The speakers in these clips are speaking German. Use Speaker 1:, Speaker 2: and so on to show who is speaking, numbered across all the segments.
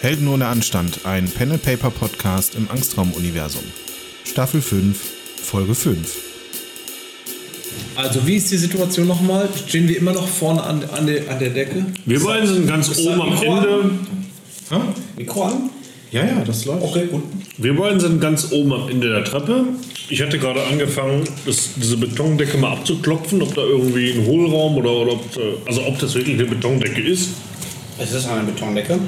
Speaker 1: Helden ohne Anstand, ein Pen and Paper Podcast im Angstraum-Universum. Staffel 5, Folge 5.
Speaker 2: Also, wie ist die Situation nochmal? Stehen wir immer noch vorne an, an, der, an der Decke?
Speaker 3: Wir beiden sind ganz oben am Ende.
Speaker 2: Mikro an?
Speaker 1: Ja, ja, das läuft.
Speaker 2: Okay, gut.
Speaker 3: Wir beiden sind ganz oben am Ende der Treppe. Ich hatte gerade angefangen, das, diese Betondecke mal abzuklopfen, ob da irgendwie ein Hohlraum oder, oder ob, äh, also ob das wirklich eine Betondecke ist,
Speaker 4: Es ist eine Betondecke.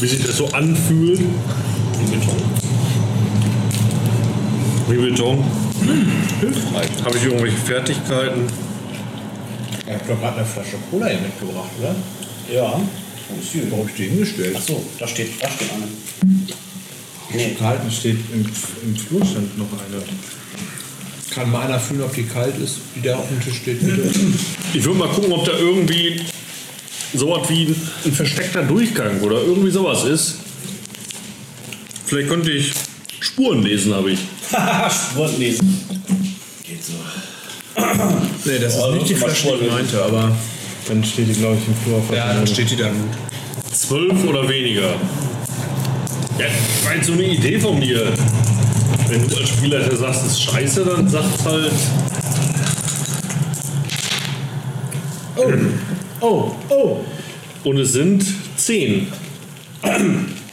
Speaker 3: wie sich das so anfühlt. Wie Beton. Wie Beton. Hilfreich. Habe ich irgendwelche Fertigkeiten?
Speaker 4: Er hat doch gerade eine Flasche Cola hier mitgebracht, oder? Ja. Wo ist die? Wo habe ich die hingestellt? Achso, da steht, da steht eine. Nee,
Speaker 5: Kalten steht im, im Flur stand noch eine.
Speaker 2: Kann mal einer fühlen, ob die kalt ist, die da auf dem Tisch steht. Bitte.
Speaker 3: Ich würde mal gucken, ob da irgendwie sowas wie ein, ein versteckter Durchgang oder irgendwie sowas ist. Vielleicht könnte ich Spuren lesen, habe ich.
Speaker 4: Spuren lesen.
Speaker 5: Nee, das ist nicht die Flasche, die ich meinte, aber dann steht die, glaube ich, im Flur. auf
Speaker 2: Ja,
Speaker 5: der
Speaker 2: dann
Speaker 5: Seite.
Speaker 2: steht die da gut.
Speaker 3: Zwölf oder weniger. Ja, war jetzt so eine Idee von mir. Wenn du als Spielleiter sagst, es ist scheiße, dann sagst halt.
Speaker 5: Oh, oh!
Speaker 3: Und es sind zehn.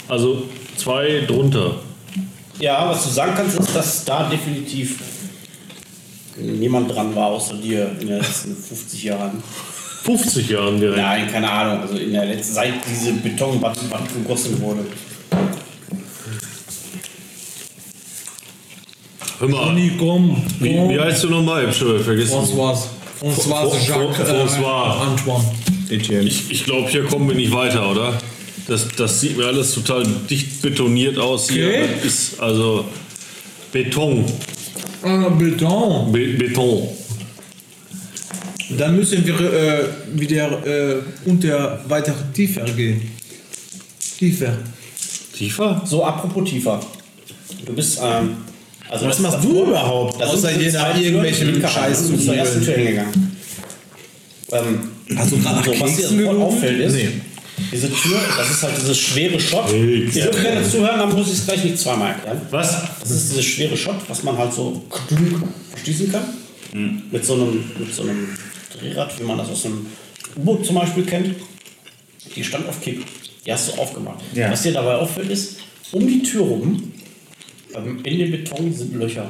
Speaker 3: Also zwei drunter.
Speaker 4: Ja, was du sagen kannst, ist, dass da definitiv niemand dran war, außer dir in den letzten 50 Jahren.
Speaker 3: 50 Jahren direkt.
Speaker 4: Nein, keine Ahnung. Also in der letzten, seit diese Betonwand Wand gegossen wurde.
Speaker 3: Hör mal,
Speaker 2: Toni, komm.
Speaker 3: wie, wie heißt du nochmal? Ich hab schon wieder vergessen.
Speaker 2: François. François
Speaker 3: Fr-
Speaker 2: Jacques
Speaker 3: Fr- François.
Speaker 2: Äh, Antoine.
Speaker 5: Etienne.
Speaker 3: Ich, ich glaube, hier kommen wir nicht weiter, oder? Das, das sieht mir alles total dicht betoniert aus hier.
Speaker 2: Okay.
Speaker 3: Das ist also Beton.
Speaker 2: Ah, Beton.
Speaker 3: Be Beton.
Speaker 2: Dann müssen wir äh, wieder äh, unter weiter tiefer gehen.
Speaker 5: Also
Speaker 2: Tiefer.
Speaker 3: Tiefer?
Speaker 4: So, apropos tiefer. Du bist, ähm, also
Speaker 2: Was
Speaker 4: das-
Speaker 2: machst
Speaker 4: das-
Speaker 2: du überhaupt?
Speaker 4: Das
Speaker 2: Außer
Speaker 4: sind
Speaker 2: hier nach
Speaker 4: zwei Türen,
Speaker 2: irgendwelchen
Speaker 4: die
Speaker 2: Scheiß
Speaker 4: Du bist zur
Speaker 2: zu
Speaker 4: ersten Tür
Speaker 2: wühlen.
Speaker 4: hingegangen. Ähm,
Speaker 2: Hast du gerade nach
Speaker 4: so, was dir
Speaker 2: Keksen
Speaker 4: sofort
Speaker 2: gegoogelt?
Speaker 4: auffällt ist,
Speaker 2: Nee.
Speaker 4: diese Tür, das ist halt dieses schwere Schott.
Speaker 3: Keks.
Speaker 4: Ihr dürft gerne zuhören, dann muss ich es gleich nicht zweimal erklären.
Speaker 3: Was?
Speaker 4: Das ist dieses schwere Schott, was man halt so verschließen kann. Mit, so einem, mit so einem Drehrad, wie man das aus einem U-Boot zum Beispiel kennt. Die stand auf Kipp. Die hast du aufgemacht.
Speaker 5: Ja.
Speaker 4: Was dir dabei auffällt ist, um die Tür rum, ähm, in dem Beton sind Löcher.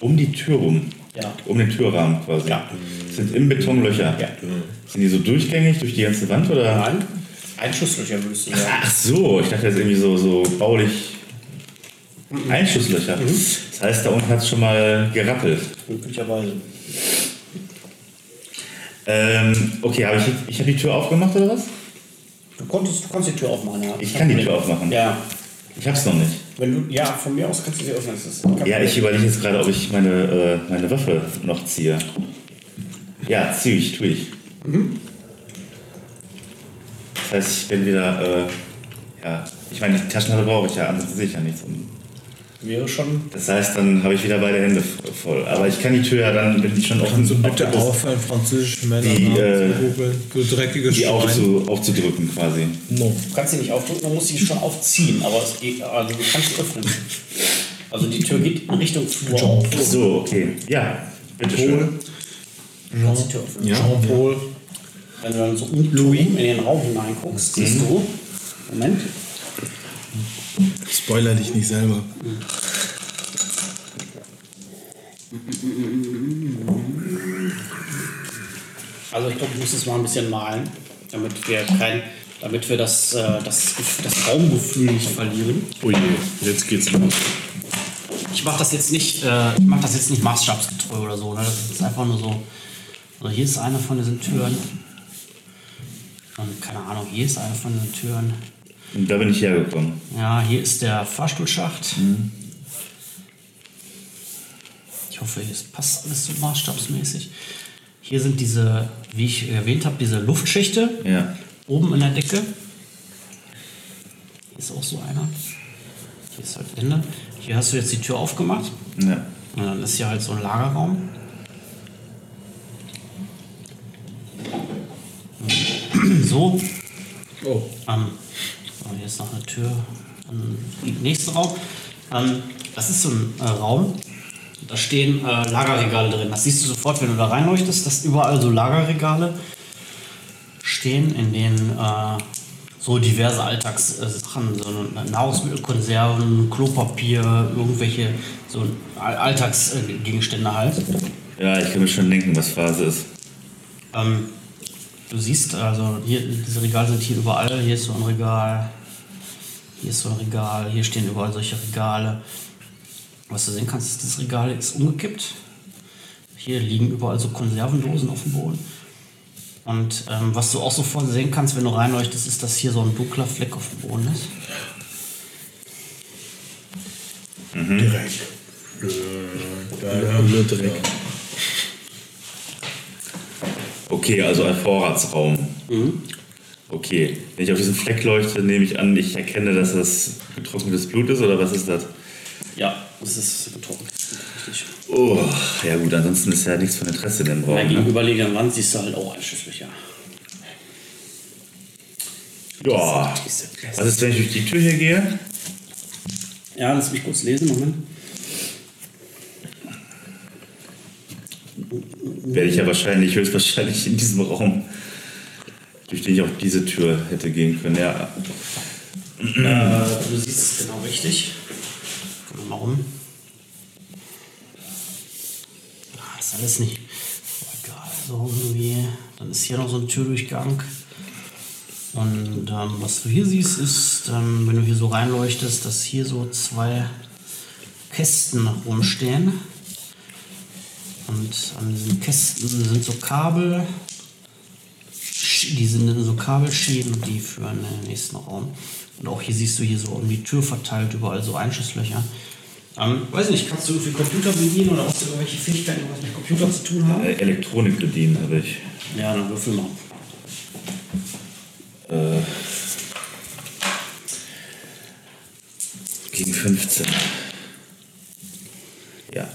Speaker 6: Um die Tür rum.
Speaker 4: Ja.
Speaker 6: Um den Türrahmen quasi.
Speaker 4: Ja.
Speaker 6: Es Sind im Beton Löcher.
Speaker 4: Ja.
Speaker 6: Sind die so durchgängig durch die ganze Wand oder?
Speaker 4: Nein, Einschusslöcher würdest du sagen.
Speaker 6: Ach so, ich dachte jetzt irgendwie so, so baulich.
Speaker 4: Mhm.
Speaker 6: Einschusslöcher. Das heißt, da unten hat es schon mal gerappelt.
Speaker 4: Möglicherweise.
Speaker 6: Ähm, okay, habe ich, ich habe die Tür aufgemacht oder was?
Speaker 4: Du, konntest, du kannst die Tür aufmachen, ja.
Speaker 6: Ich kann die Tür aufmachen.
Speaker 4: Ja.
Speaker 6: Ich habe es noch nicht.
Speaker 4: Wenn du, ja, von mir aus kannst du sie öffnen. Das ist kein
Speaker 6: Ja,
Speaker 4: Problem.
Speaker 6: ich überlege jetzt gerade, ob ich meine, äh, meine Waffe noch ziehe. Ja, ziehe ich, tue ich. Das heißt, ich bin wieder. Äh, ja, ich meine, die Taschenlampe brauche ich ja, ansonsten sehe ich ja nichts. Und
Speaker 4: Wäre schon.
Speaker 6: Das heißt, dann habe ich wieder beide Hände v- voll. Aber ich kann die Tür ja dann, wenn die schon offen
Speaker 2: Kannst du bitte
Speaker 6: offen ist,
Speaker 2: aufhören, französische Männer
Speaker 6: Die, äh,
Speaker 2: zu googeln? Du dreckiges
Speaker 6: die
Speaker 2: Schwein.
Speaker 6: aufzu, aufzudrücken quasi.
Speaker 2: No.
Speaker 4: Du kannst sie nicht aufdrücken, du musst sie schon aufziehen, aber es geht, also du kannst sie öffnen. Also die Tür geht in Richtung Flur auf.
Speaker 6: Ach so, okay. Ja, bitteschön.
Speaker 4: Du kannst die Tür öffnen.
Speaker 2: Jean-Paul.
Speaker 4: Wenn du dann so unten in den Raum hineinguckst, siehst du. Moment.
Speaker 5: Spoiler dich nicht selber.
Speaker 4: Also ich glaube, ich muss das mal ein bisschen malen, damit wir kein, damit wir das, äh, das, das Raumgefühl nicht verlieren.
Speaker 3: Ui, Oh jetzt geht's los.
Speaker 4: Ich mache das jetzt nicht, äh, ich mach das jetzt nicht maßstabsgetreu oder so. Ne? Das ist einfach nur so. Also hier ist eine von diesen Türen. Und keine Ahnung, hier ist eine von diesen Türen.
Speaker 6: Und da bin ich hergekommen.
Speaker 4: Ja, hier ist der Fahrstuhlschacht. Ich hoffe, es passt alles so maßstabsmäßig. Hier sind diese, wie ich erwähnt habe, diese Luftschichte.
Speaker 6: Ja.
Speaker 4: Oben in der Decke. Hier ist auch so einer. Hier ist halt Ende. Hier hast du jetzt die Tür aufgemacht.
Speaker 6: ja.
Speaker 4: Und dann ist hier halt so ein Lagerraum. So.
Speaker 2: Oh.
Speaker 4: Ähm, oh, hier ist noch eine Tür. Ähm, Im nächsten Raum. Ähm, das ist so ein äh, Raum. Da stehen äh, Lagerregale drin. Das siehst du sofort, wenn du da reinleuchtest, dass überall so Lagerregale stehen, in denen äh, so diverse Alltagssachen, so Nahrungsmittel, Konserven, Klopapier, irgendwelche so All- Alltagsgegenstände halt.
Speaker 6: Ja, ich kann mir schon denken, was Phase ist.
Speaker 4: Ähm, du siehst, also hier, diese Regale sind hier überall. Hier ist so ein Regal, hier ist so ein Regal, hier stehen überall solche Regale. Was du sehen kannst, ist, das Regal ist umgekippt. Hier liegen überall so Konservendosen auf dem Boden. Und ähm, was du auch sofort sehen kannst, wenn du reinleuchtest, ist, dass hier so ein dunkler Fleck auf dem Boden ist.
Speaker 5: Hm? Nur Dreck.
Speaker 6: Okay, also ein Vorratsraum. Okay, wenn ich auf diesen Fleck leuchte, nehme ich an, ich erkenne, dass das getrocknetes Blut ist oder was ist das?
Speaker 4: Ja, das ist getrocknet. Richtig.
Speaker 6: Oh, ja gut, ansonsten ist ja nichts von Interesse in dem
Speaker 4: Bei
Speaker 6: Raum. Ne?
Speaker 4: gegenüberliegenden Wand siehst du halt auch ein Schifflöcher.
Speaker 6: Ja. Was ist, wenn ich durch die Tür hier gehe?
Speaker 4: Ja, lass mich kurz lesen, Moment.
Speaker 6: Werde ich ja wahrscheinlich, höchstwahrscheinlich in diesem Raum, durch den ich auch diese Tür hätte gehen können. Ja,
Speaker 4: du siehst es genau richtig. Komm mal rum. Ah, ist alles nicht. Egal, so irgendwie. Dann ist hier noch so ein Türdurchgang. Und ähm, was du hier siehst, ist, ähm, wenn du hier so reinleuchtest, dass hier so zwei Kästen rumstehen. Und an diesen Kästen sind so Kabel. Sch- Die sind in so Kabelschienen und die führen in den nächsten Raum. Und auch hier siehst du hier so um die Tür verteilt überall so Einschusslöcher. Ähm, weiß nicht, kannst du irgendwie Computer bedienen oder hast du irgendwelche Fähigkeiten, die was mit Computer zu tun haben?
Speaker 6: äh, Elektronik bedienen habe ich.
Speaker 4: Ja, dann würfel mal.
Speaker 6: Äh, gegen 15. Ja,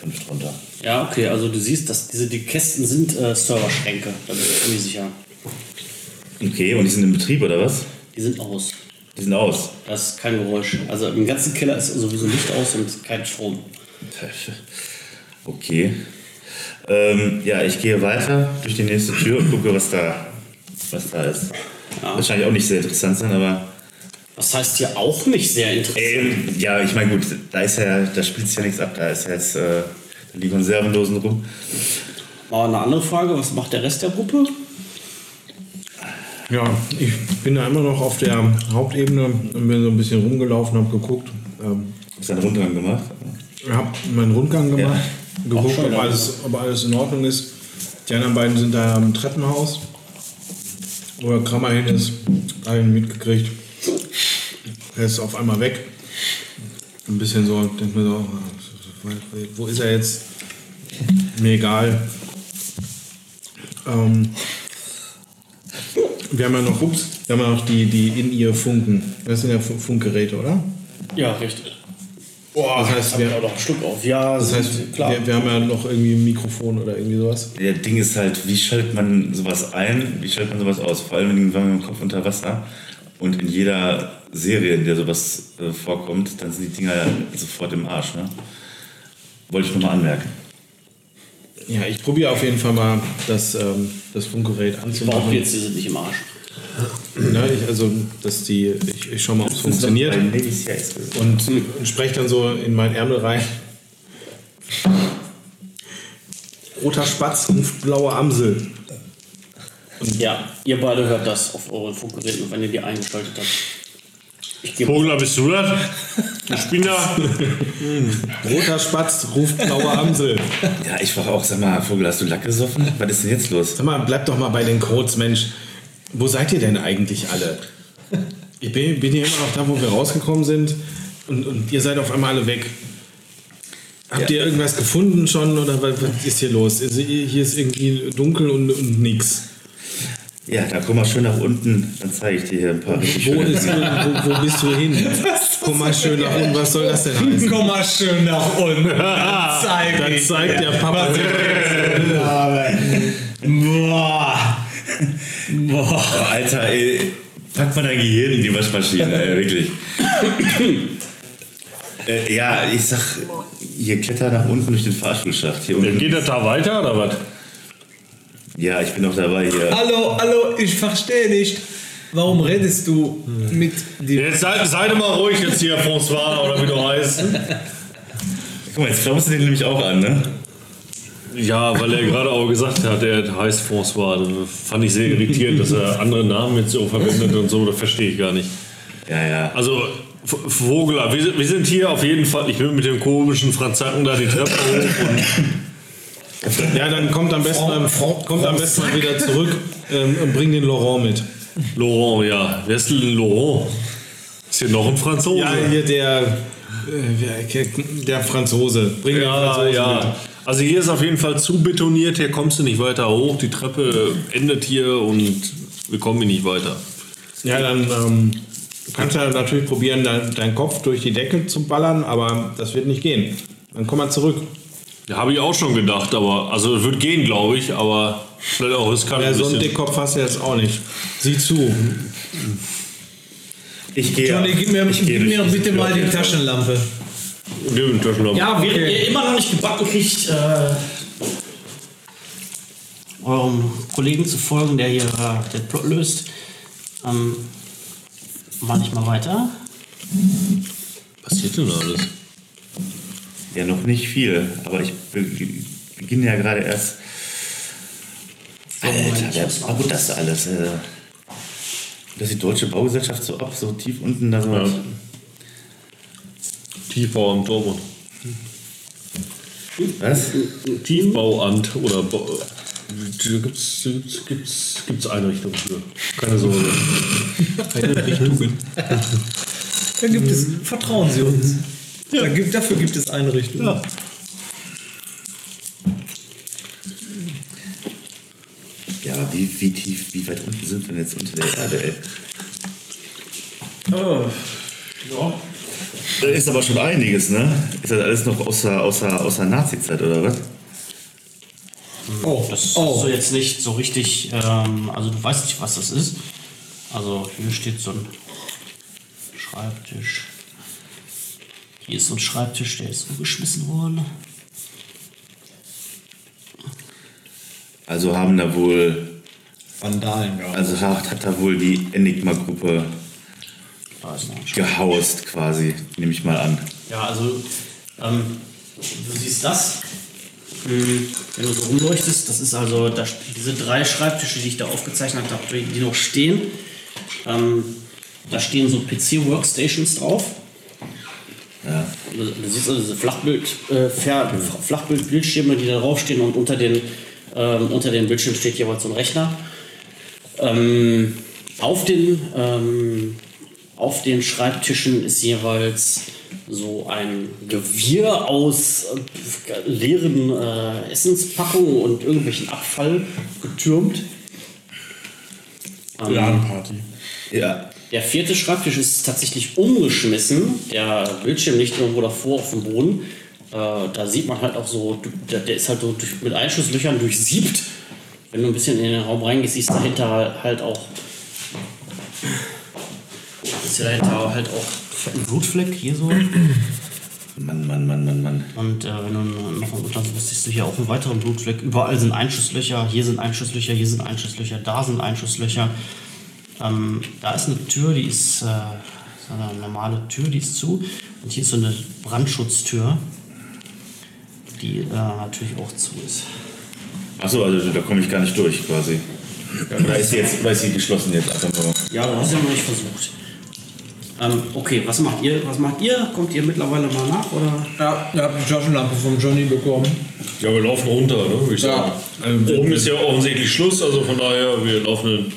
Speaker 6: 5 drunter.
Speaker 4: Ja, okay, also du siehst, dass diese die Kästen sind äh, Serverschränke, da bin ich mir sicher.
Speaker 6: Okay, und die sind im Betrieb oder was?
Speaker 4: Die sind aus.
Speaker 6: Die sind aus.
Speaker 4: Das ist kein Geräusch. Also im ganzen Keller ist sowieso Licht aus und kein Strom.
Speaker 6: Okay. Ähm, ja, ich gehe weiter durch die nächste Tür und gucke, was da, was da ist.
Speaker 4: Ja.
Speaker 6: Wahrscheinlich auch nicht sehr interessant sein, aber.
Speaker 4: Das heißt hier auch nicht sehr interessant.
Speaker 6: Ähm, ja, ich meine, gut, da ist ja, da spielt ja nichts ab, da ist ja jetzt, äh, da liegen Konservendosen rum.
Speaker 4: Aber eine andere Frage, was macht der Rest der Gruppe?
Speaker 5: Ja, ich bin da immer noch auf der Hauptebene und bin so ein bisschen rumgelaufen, habe geguckt, ähm,
Speaker 6: Ist dann Rundgang gemacht.
Speaker 5: habe meinen Rundgang gemacht,
Speaker 4: Auch
Speaker 5: geguckt,
Speaker 4: schon
Speaker 5: ob
Speaker 4: lange.
Speaker 5: alles, ob alles in Ordnung ist. Die anderen beiden sind da im Treppenhaus, wo der Krammer hin ist, allen mitgekriegt. Er ist auf einmal weg. Ein bisschen so, denk mir so, wo ist er jetzt? Mir egal. Ähm, wir haben ja noch, ups, wir haben ja noch die, die in ihr Funken. Das sind ja Fu- Funkgeräte, oder?
Speaker 4: Ja, richtig.
Speaker 5: Boah, das heißt, wir,
Speaker 4: Ja, doch, Schluck auf. Ja,
Speaker 5: das heißt, wir, wir haben ja noch irgendwie ein Mikrofon oder irgendwie sowas.
Speaker 6: Der Ding ist halt, wie schaltet man sowas ein, wie schaltet man sowas aus? Vor allem, wenn man mit dem Kopf unter Wasser und in jeder Serie, in der sowas äh, vorkommt, dann sind die Dinger sofort im Arsch. Ne? Wollte ich nochmal anmerken.
Speaker 5: Ja, ich probiere auf jeden Fall mal das, ähm, das Funkgerät
Speaker 4: Warum
Speaker 5: anzumachen.
Speaker 4: jetzt? Die sind nicht im Arsch.
Speaker 5: Ne, ich, also, dass die, ich, ich schau mal, ob es funktioniert.
Speaker 6: Bei Ladies hier ist es.
Speaker 5: Und, und spreche dann so in meinen Ärmel rein. Roter Spatz ruft blaue Amsel.
Speaker 4: Ja, ihr beide hört das auf euren Funkgeräten, wenn ihr die eingeschaltet habt. Ich gebe
Speaker 3: Vogler, bist du das? Ich bin da.
Speaker 5: Roter Spatz ruft blaue Amsel.
Speaker 6: Ja, ich frage auch, sag mal, Vogel, hast du Lack gesoffen? Was ist denn jetzt los?
Speaker 5: Sag mal, bleib doch mal bei den Codes, Mensch. Wo seid ihr denn eigentlich alle? Ich bin, bin hier immer noch da, wo wir rausgekommen sind. Und, und ihr seid auf einmal alle weg. Habt
Speaker 6: Ja.
Speaker 5: ihr irgendwas gefunden schon oder was, was ist hier los? Ist- Hier ist irgendwie dunkel und, und nix.
Speaker 6: Ja, da komm mal schön nach unten, dann zeige ich dir hier ein paar richtig
Speaker 5: Wo,
Speaker 6: schöne
Speaker 5: ist, wo, wo, wo bist du hin? Guck mal schön nach unten, was soll das denn
Speaker 4: Hm.
Speaker 5: heißen?
Speaker 2: Komm mal schön nach unten. Dann Zeig
Speaker 5: Dann
Speaker 2: ich
Speaker 5: zeigt der Papa.
Speaker 2: dir Arbeit. Boah. Boah.
Speaker 6: Oh, Alter, ey, von deinem Gehirn in die Waschmaschine, ey, wirklich. äh, ja, ich sag, hier kletter nach unten durch den Fahrstuhlschacht. Hier
Speaker 2: Äh,
Speaker 6: unten.
Speaker 3: Geht das da weiter oder was?
Speaker 6: Ja, ich bin noch dabei hier.
Speaker 2: Hallo, hallo, ich verstehe nicht. Warum redest du mit dem.
Speaker 3: Jetzt seid, seid mal ruhig jetzt hier, François, oder wie du heißt.
Speaker 6: Guck mal, jetzt glaubst du den nämlich auch an, ne?
Speaker 3: Ja, weil er gerade auch gesagt hat, er heißt François. Das Also, fand ich sehr irritierend, dass er andere Namen jetzt so verwendet und so. Das verstehe ich gar nicht.
Speaker 6: Ja, ja.
Speaker 3: Also, V- Vogler, wir, sind- wir sind hier auf jeden Fall. Ich bin mit dem komischen Franzacken da die Treppe hoch. Und
Speaker 5: Ja, dann kommt am besten, mal- kommt am besten mal wieder zurück ähm, und bring den Laurent mit.
Speaker 3: Laurent, ja. Wer ist denn Laurent? Ist hier noch ein Franzose?
Speaker 5: Ja, hier der, äh, wer- der Franzose. Bring den
Speaker 3: Ja,
Speaker 5: Franzosen
Speaker 3: ja. Also hier ist auf jeden Fall zu betoniert, hier kommst du nicht weiter hoch, die Treppe endet hier und wir kommen hier nicht weiter.
Speaker 5: mit. Ja, dann ähm, du kannst du ja natürlich probieren, dein, deinen Kopf durch die Decke zu ballern, aber das wird nicht gehen. Dann komm mal zurück.
Speaker 3: Ja, habe ich auch schon gedacht, aber also es wird gehen, glaube ich, aber vielleicht auch riskant
Speaker 5: Ja,
Speaker 3: ein
Speaker 5: so einen
Speaker 3: bisschen.
Speaker 5: Dickkopf hast du jetzt auch nicht. Sieh zu.
Speaker 6: Ich gehe.
Speaker 2: Johnny, gib mir,
Speaker 6: ich gehe
Speaker 2: gib mir
Speaker 6: durch die
Speaker 2: bitte
Speaker 6: Tür
Speaker 2: mal
Speaker 6: auf
Speaker 2: die
Speaker 6: jeden Fall.
Speaker 2: Taschenlampe.
Speaker 3: Gib den Taschenlampe.
Speaker 2: Ja,
Speaker 4: Während
Speaker 2: okay.
Speaker 4: ihr immer noch nicht gebacken kriegt, äh, eurem Kollegen zu folgen, der hier äh, den Plot löst, ähm, mach ich mal weiter.
Speaker 3: Was passiert denn alles?
Speaker 6: Ja, noch nicht viel, aber ich be- beginne ja gerade erst. Alter, wer baut das alles? äh? Dass die deutsche Baugesellschaft so ab, so tief unten da so.
Speaker 3: Ja. Tiefbauamt Dortmund.
Speaker 6: Was?
Speaker 3: Tiefbauamt oder Bau- da gibt's, gibt's, gibt's, gibt's Einrichtungen für. Keine Sorge.
Speaker 2: Da gibt es, vertrauen Sie uns. Da gibt, dafür gibt es Einrichtungen.
Speaker 6: Ja, wie, wie tief, wie weit unten sind wir denn jetzt unter der Erde, ey?
Speaker 2: Oh.
Speaker 6: Da ist aber schon einiges, ne? Ist das alles noch außer, außer, außer Nazi-Zeit oder was?
Speaker 2: Oh,
Speaker 4: Das
Speaker 2: oh.
Speaker 4: ist so jetzt nicht so richtig, ähm, also du weißt nicht, was das ist. Also hier steht so ein Schreibtisch. Hier ist so ein Schreibtisch, der ist umgeschmissen worden.
Speaker 6: Also haben da wohl,
Speaker 2: Vandalen, ja.
Speaker 6: also hat, hat da wohl die Enigma-Gruppe
Speaker 4: Da ist noch ein Schreibtisch.
Speaker 6: gehaust quasi, nehme ich mal an.
Speaker 4: Ja, also ähm, du siehst das. Hm, Wenn du so rumleuchtest, das ist also da, diese drei Schreibtische, die ich da aufgezeichnet habe, die die noch stehen. Ähm, da stehen so PC-Workstations drauf. Du, du siehst also diese Flachbild, äh, Fer- Flachbildbildschirme, die da draufstehen und unter den, ähm, unter den Bildschirmen steht jeweils so ein Rechner. Ähm, auf, den, ähm, auf den Schreibtischen ist jeweils so ein Gewirr aus äh, leeren äh, Essenspackungen und irgendwelchen Abfall getürmt. Ähm,
Speaker 6: Ja.
Speaker 4: der vierte Schreibtisch ist tatsächlich umgeschmissen. Der Bildschirm liegt irgendwo davor auf dem Boden. Äh, da sieht man halt auch so, der, der ist halt so durch, mit Einschusslöchern durchsiebt. Wenn du ein bisschen in den Raum reingehst, siehst du dahinter halt auch. Ist ja dahinter halt auch ein Blutfleck hier so.
Speaker 6: Mann, Mann, Mann, Mann, Mann.
Speaker 4: Und äh, wenn du nochmal runterst, siehst du hier auch einen weiteren Blutfleck. Überall sind Einschusslöcher, hier sind Einschusslöcher, hier sind Einschusslöcher, da sind Einschusslöcher. Ähm, da ist eine Tür, die ist äh, so eine normale Tür, die ist zu. Und hier ist so eine Brandschutztür, die äh, natürlich auch zu ist.
Speaker 6: Achso, also da komme ich gar nicht durch quasi. Oder ist sie jetzt, oder ist sie geschlossen jetzt einfach nur?
Speaker 4: Ja, du hast ja noch nicht versucht. Ähm, okay, was macht ihr? Was macht ihr? Kommt ihr mittlerweile mal nach oder?
Speaker 2: Ja, ich habe die Taschenlampe vom Johnny bekommen.
Speaker 3: Ja, wir laufen runter, ne? Würde ich sagen. Oben ist ja offensichtlich Schluss, also von daher, wir laufen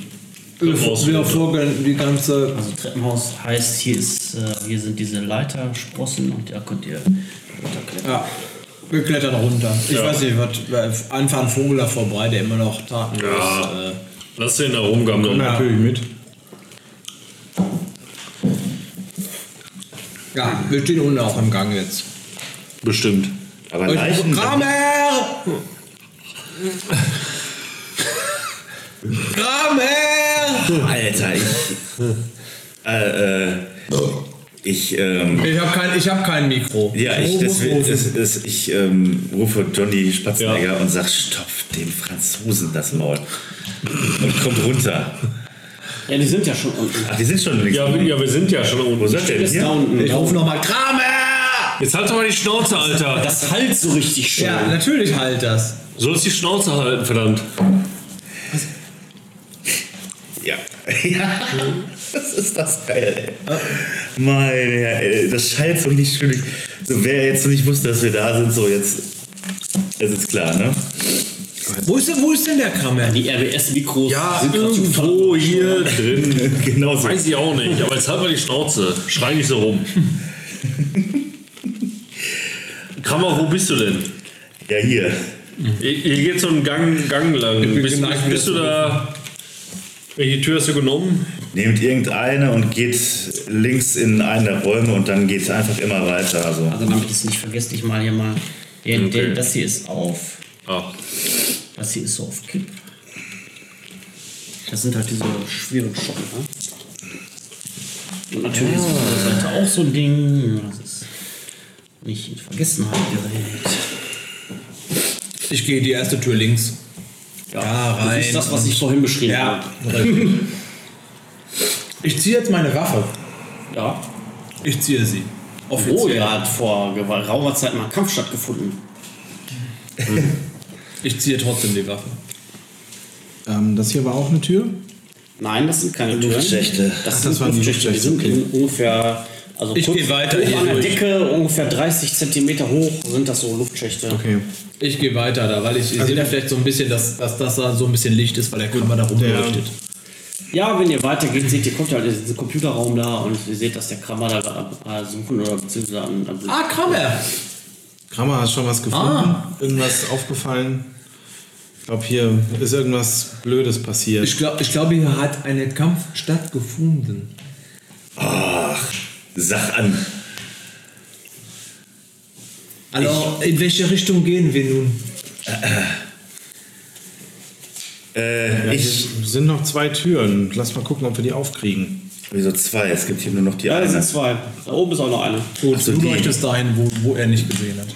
Speaker 2: Wir,
Speaker 3: raus.
Speaker 2: wir vorgehen die ganze.
Speaker 4: Also Treppenhaus heißt, hier, ist, äh, hier sind diese Leitersprossen und da könnt ihr runterklettern.
Speaker 2: Ja. Wir klettern runter. Ich
Speaker 3: Ja.
Speaker 2: weiß nicht, was. äh, Einfach ein Vogel da vorbei, der immer noch tatenlos.
Speaker 3: Ja.
Speaker 2: Äh,
Speaker 3: Lass den da rumgammeln.
Speaker 5: Natürlich mit.
Speaker 2: ja, wir stehen unten auch im Gang jetzt.
Speaker 3: Bestimmt.
Speaker 6: Aber Leichen.
Speaker 2: Kramer! Kramer!
Speaker 6: Alter, ich, Äh, äh, ich, ähm,
Speaker 2: Ich habe kein, ich hab kein Mikro.
Speaker 6: ja, ich,
Speaker 2: Wo muss
Speaker 6: das,
Speaker 2: rufen?
Speaker 6: das, das, ich ähm, rufe Johnny Spatzenegger
Speaker 3: Ja.
Speaker 6: und sag, stopf dem Franzosen das Maul. Und kommt runter.
Speaker 4: Ja, die sind ja schon unten.
Speaker 6: Ach, die sind schon links.
Speaker 3: Ja, wir- ja, wir sind ja schon
Speaker 6: Wo
Speaker 3: unten.
Speaker 6: seid ihr denn
Speaker 4: Ist da
Speaker 6: hier?
Speaker 4: unten.
Speaker 2: ich
Speaker 4: Da
Speaker 2: rufe
Speaker 4: unten.
Speaker 2: nochmal Kramer!
Speaker 3: Jetzt halt doch mal die Schnauze, Alter.
Speaker 4: Das halt so richtig schön.
Speaker 2: Ja, natürlich halt das.
Speaker 3: Sollst die Schnauze halten, verdammt.
Speaker 6: Ja. ja. Das ist das geil, ey. Meine Herren, das schallt so richtig schön. So, wer jetzt nicht wusste, dass wir da sind, so jetzt. Das ist klar, ne?
Speaker 2: Wo ist denn, wo ist denn der Kramer?
Speaker 4: Die RBS-Mikros
Speaker 3: Ja,
Speaker 4: sind gerade zu
Speaker 3: irgendwo hier drin.
Speaker 6: genau so.
Speaker 3: Weiß ich auch nicht, aber jetzt halt mal die Schnauze. Schrei nicht so rum. Krammer, wo bist du denn?
Speaker 6: Ja, hier.
Speaker 3: Hier hier geht so ein Gang, Gang lang.
Speaker 2: bin
Speaker 3: Bist,
Speaker 2: geneigt,
Speaker 3: bist, bist du
Speaker 2: wieder
Speaker 3: da? Welche Tür hast du genommen?
Speaker 6: Nehmt irgendeine und geht links in einen der Räume und dann geht es einfach immer weiter. Also.
Speaker 4: Also damit ich es nicht vergesse, ich mal hier mal. Den, den, das hier ist auf.
Speaker 3: Ah,
Speaker 4: Das hier ist so auf Kipp. Das sind halt diese schweren Schotten, ne? Und natürlich ist auf der Seite auch so ein Ding. Das ist nicht in Vergessenheit gerät.
Speaker 2: Ich gehe die erste Tür links. Ja,
Speaker 4: Das ist das, was ich vorhin beschrieben habe.
Speaker 2: Ich ziehe jetzt meine Waffe.
Speaker 4: Ja.
Speaker 2: Ich ziehe sie. Offiziell.
Speaker 4: Oh, ja, hat vor gewa- raumer Zeit mal ein Kampf stattgefunden.
Speaker 2: Ich ziehe trotzdem die Waffe.
Speaker 5: Ähm, das hier war auch eine Tür.
Speaker 4: Nein, das sind keine Türen.
Speaker 6: Luftschächte.
Speaker 4: Das,
Speaker 5: das
Speaker 4: sind
Speaker 5: waren die
Speaker 4: Luftschächte. Die sind
Speaker 5: Luftschächte,
Speaker 4: in ungefähr. Also
Speaker 2: Ich
Speaker 4: kurz-
Speaker 2: geh weiter
Speaker 4: hoch
Speaker 2: hier
Speaker 4: an der
Speaker 2: durch.
Speaker 4: Decke, ungefähr 30 Zentimeter hoch sind das so Luftschächte.
Speaker 5: Okay.
Speaker 2: Ich gehe weiter da, weil Also ich, ich sehe da vielleicht so ein bisschen, dass, dass das da so ein bisschen Licht ist, weil der Kammer da rumleuchtet.
Speaker 4: Ja, wenn ihr weitergeht, seht ihr, kommt ja halt diesen Computerraum da und ihr seht, dass der Kramer da gerade äh, suchen oder beziehungsweise an. an
Speaker 2: Ah, Kammer!
Speaker 5: Kramer, hast schon was gefunden?
Speaker 2: Ah.
Speaker 5: Irgendwas aufgefallen? Ich glaube, hier ist irgendwas Blödes passiert.
Speaker 2: Ich glaube, ich glaub, hier hat ein Kampf stattgefunden.
Speaker 6: Ach, sag an.
Speaker 2: Also, in welche Richtung gehen wir nun?
Speaker 6: Äh, ich.
Speaker 5: Es sind noch zwei Türen. Lass mal gucken, ob wir die aufkriegen.
Speaker 6: Wieso zwei? Es gibt hier nur noch die
Speaker 4: ja, da sind
Speaker 6: eine.
Speaker 4: zwei. Da oben ist auch noch eine.
Speaker 2: Gut,
Speaker 6: Ach so,
Speaker 2: du
Speaker 6: die.
Speaker 2: leuchtest dahin, wo, wo er nicht gesehen hat.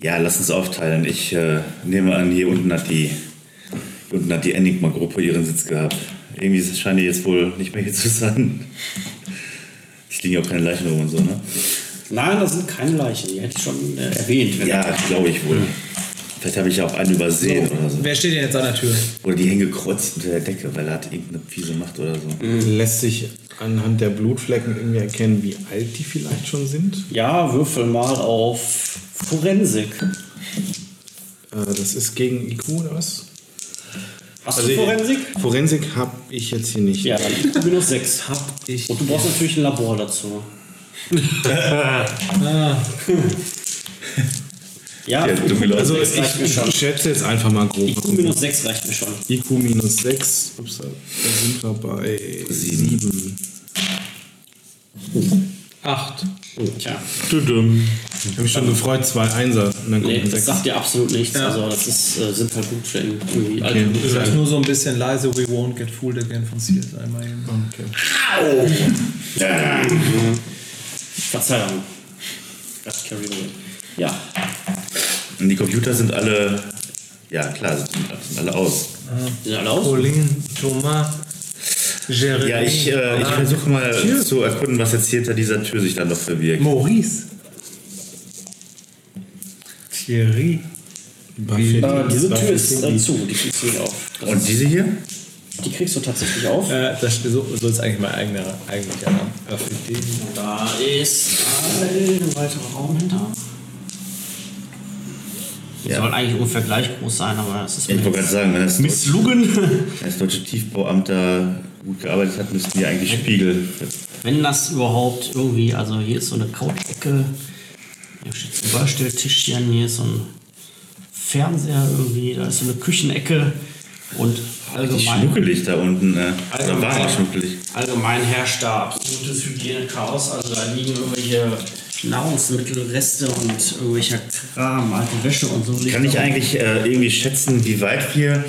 Speaker 6: Ja, lass uns aufteilen. Ich äh, nehme an, hier unten hat die, hier unten hat die Enigma-Gruppe ihren Sitz gehabt. Irgendwie scheint die jetzt wohl nicht mehr hier zu sein. Ich liegen ja auch keine Leichen rum und so, ne?
Speaker 4: Nein, das sind keine Leichen. Die hätte ich schon äh, erwähnt. Wenn
Speaker 6: Ja, glaube ich wohl. Vielleicht habe ich ja auch einen übersehen oder so.
Speaker 2: Wer steht denn jetzt an der Tür?
Speaker 6: Oder die hängen gekreuzt unter der Decke, weil er hat irgendeine fiese Macht oder so.
Speaker 5: Lässt sich anhand der Blutflecken irgendwie erkennen, wie alt die vielleicht schon sind?
Speaker 4: ja, würfel mal auf Forensik.
Speaker 5: Äh, das ist gegen IQ oder was?
Speaker 4: Hast
Speaker 5: Also
Speaker 4: du
Speaker 5: ich-
Speaker 4: Forensik?
Speaker 5: Forensik habe ich jetzt hier nicht.
Speaker 4: Ja, dann IQ minus 6. Hab
Speaker 2: ich-
Speaker 4: Und du brauchst natürlich ein Labor dazu. ja,
Speaker 6: Ja,
Speaker 4: IQ minus
Speaker 6: dumme Leute.
Speaker 5: Also
Speaker 4: sechs reicht mir schon.
Speaker 5: ich schätze jetzt einfach mal grob.
Speaker 4: IQ minus 6 reicht mir schon.
Speaker 5: IQ minus 6. Ups, da sind wir bei 7.
Speaker 2: Acht.
Speaker 4: Tja.
Speaker 3: tüdüm.
Speaker 5: Ich habe mich schon gefreut, zwei Einser. Und dann
Speaker 4: Nee,
Speaker 5: kommt ein
Speaker 4: das
Speaker 5: Sechs.
Speaker 4: sagt dir absolut nichts. Also das ist, äh, sind halt gut für irgendwie alte
Speaker 5: Okay.
Speaker 2: Du sagst
Speaker 4: Bücher.
Speaker 2: nur so ein bisschen leise, we won't get fooled again von CSI einmal eben.
Speaker 6: Ja,
Speaker 4: Verzeihung. Das carry away. Ja.
Speaker 6: Und die Computer sind alle. Ja, klar, sind, sind alle aus.
Speaker 4: Sind alle aus?
Speaker 2: Pauline, Thomas, Jeremy.
Speaker 6: Ja, ich, äh, ich versuche mal zu erkunden, was jetzt hier hinter dieser Tür sich dann noch verbirgt.
Speaker 2: Maurice. Thierry.
Speaker 5: Buffy.
Speaker 2: Ah,
Speaker 4: Äh, diese
Speaker 5: Buffy
Speaker 4: Tür ist äh,
Speaker 5: Lee.
Speaker 4: zu, die kriegst du nicht auf. Das
Speaker 6: Und diese hier?
Speaker 4: ist, die kriegst du tatsächlich auf.
Speaker 2: Äh, das, so, so ist eigentlich mein eigener eigentlicher Name. Öffentlich.
Speaker 4: Da ist ein weiterer Raum hinter.
Speaker 6: Ja.
Speaker 4: Soll eigentlich ungefähr gleich groß sein, aber es ist
Speaker 6: Ich wollte gerade sagen, wenn das, Deutsche,
Speaker 4: misslungen.
Speaker 6: wenn das deutsche Tiefbauamt da gut gearbeitet hat, müssten die eigentlich Spiegel.
Speaker 4: Wenn das überhaupt irgendwie, also hier ist so eine Couch-Ecke, hier steht so ein Beistelltischchen, hier ist so ein Fernseher irgendwie, da ist so eine Küchenecke und
Speaker 6: Die
Speaker 4: allgemein,
Speaker 6: schnuckelig da unten. Äh,
Speaker 4: Also
Speaker 6: da war auch
Speaker 4: Allgemein.
Speaker 6: schnuckelig.
Speaker 4: allgemein herrscht da absolutes Hygienechaos, also da liegen irgendwelche Nahrungsmittelreste und irgendwelcher Kram, alte Wäsche und so. liegt
Speaker 6: Kann ich
Speaker 4: da rum.
Speaker 6: eigentlich äh, irgendwie schätzen, wie weit wir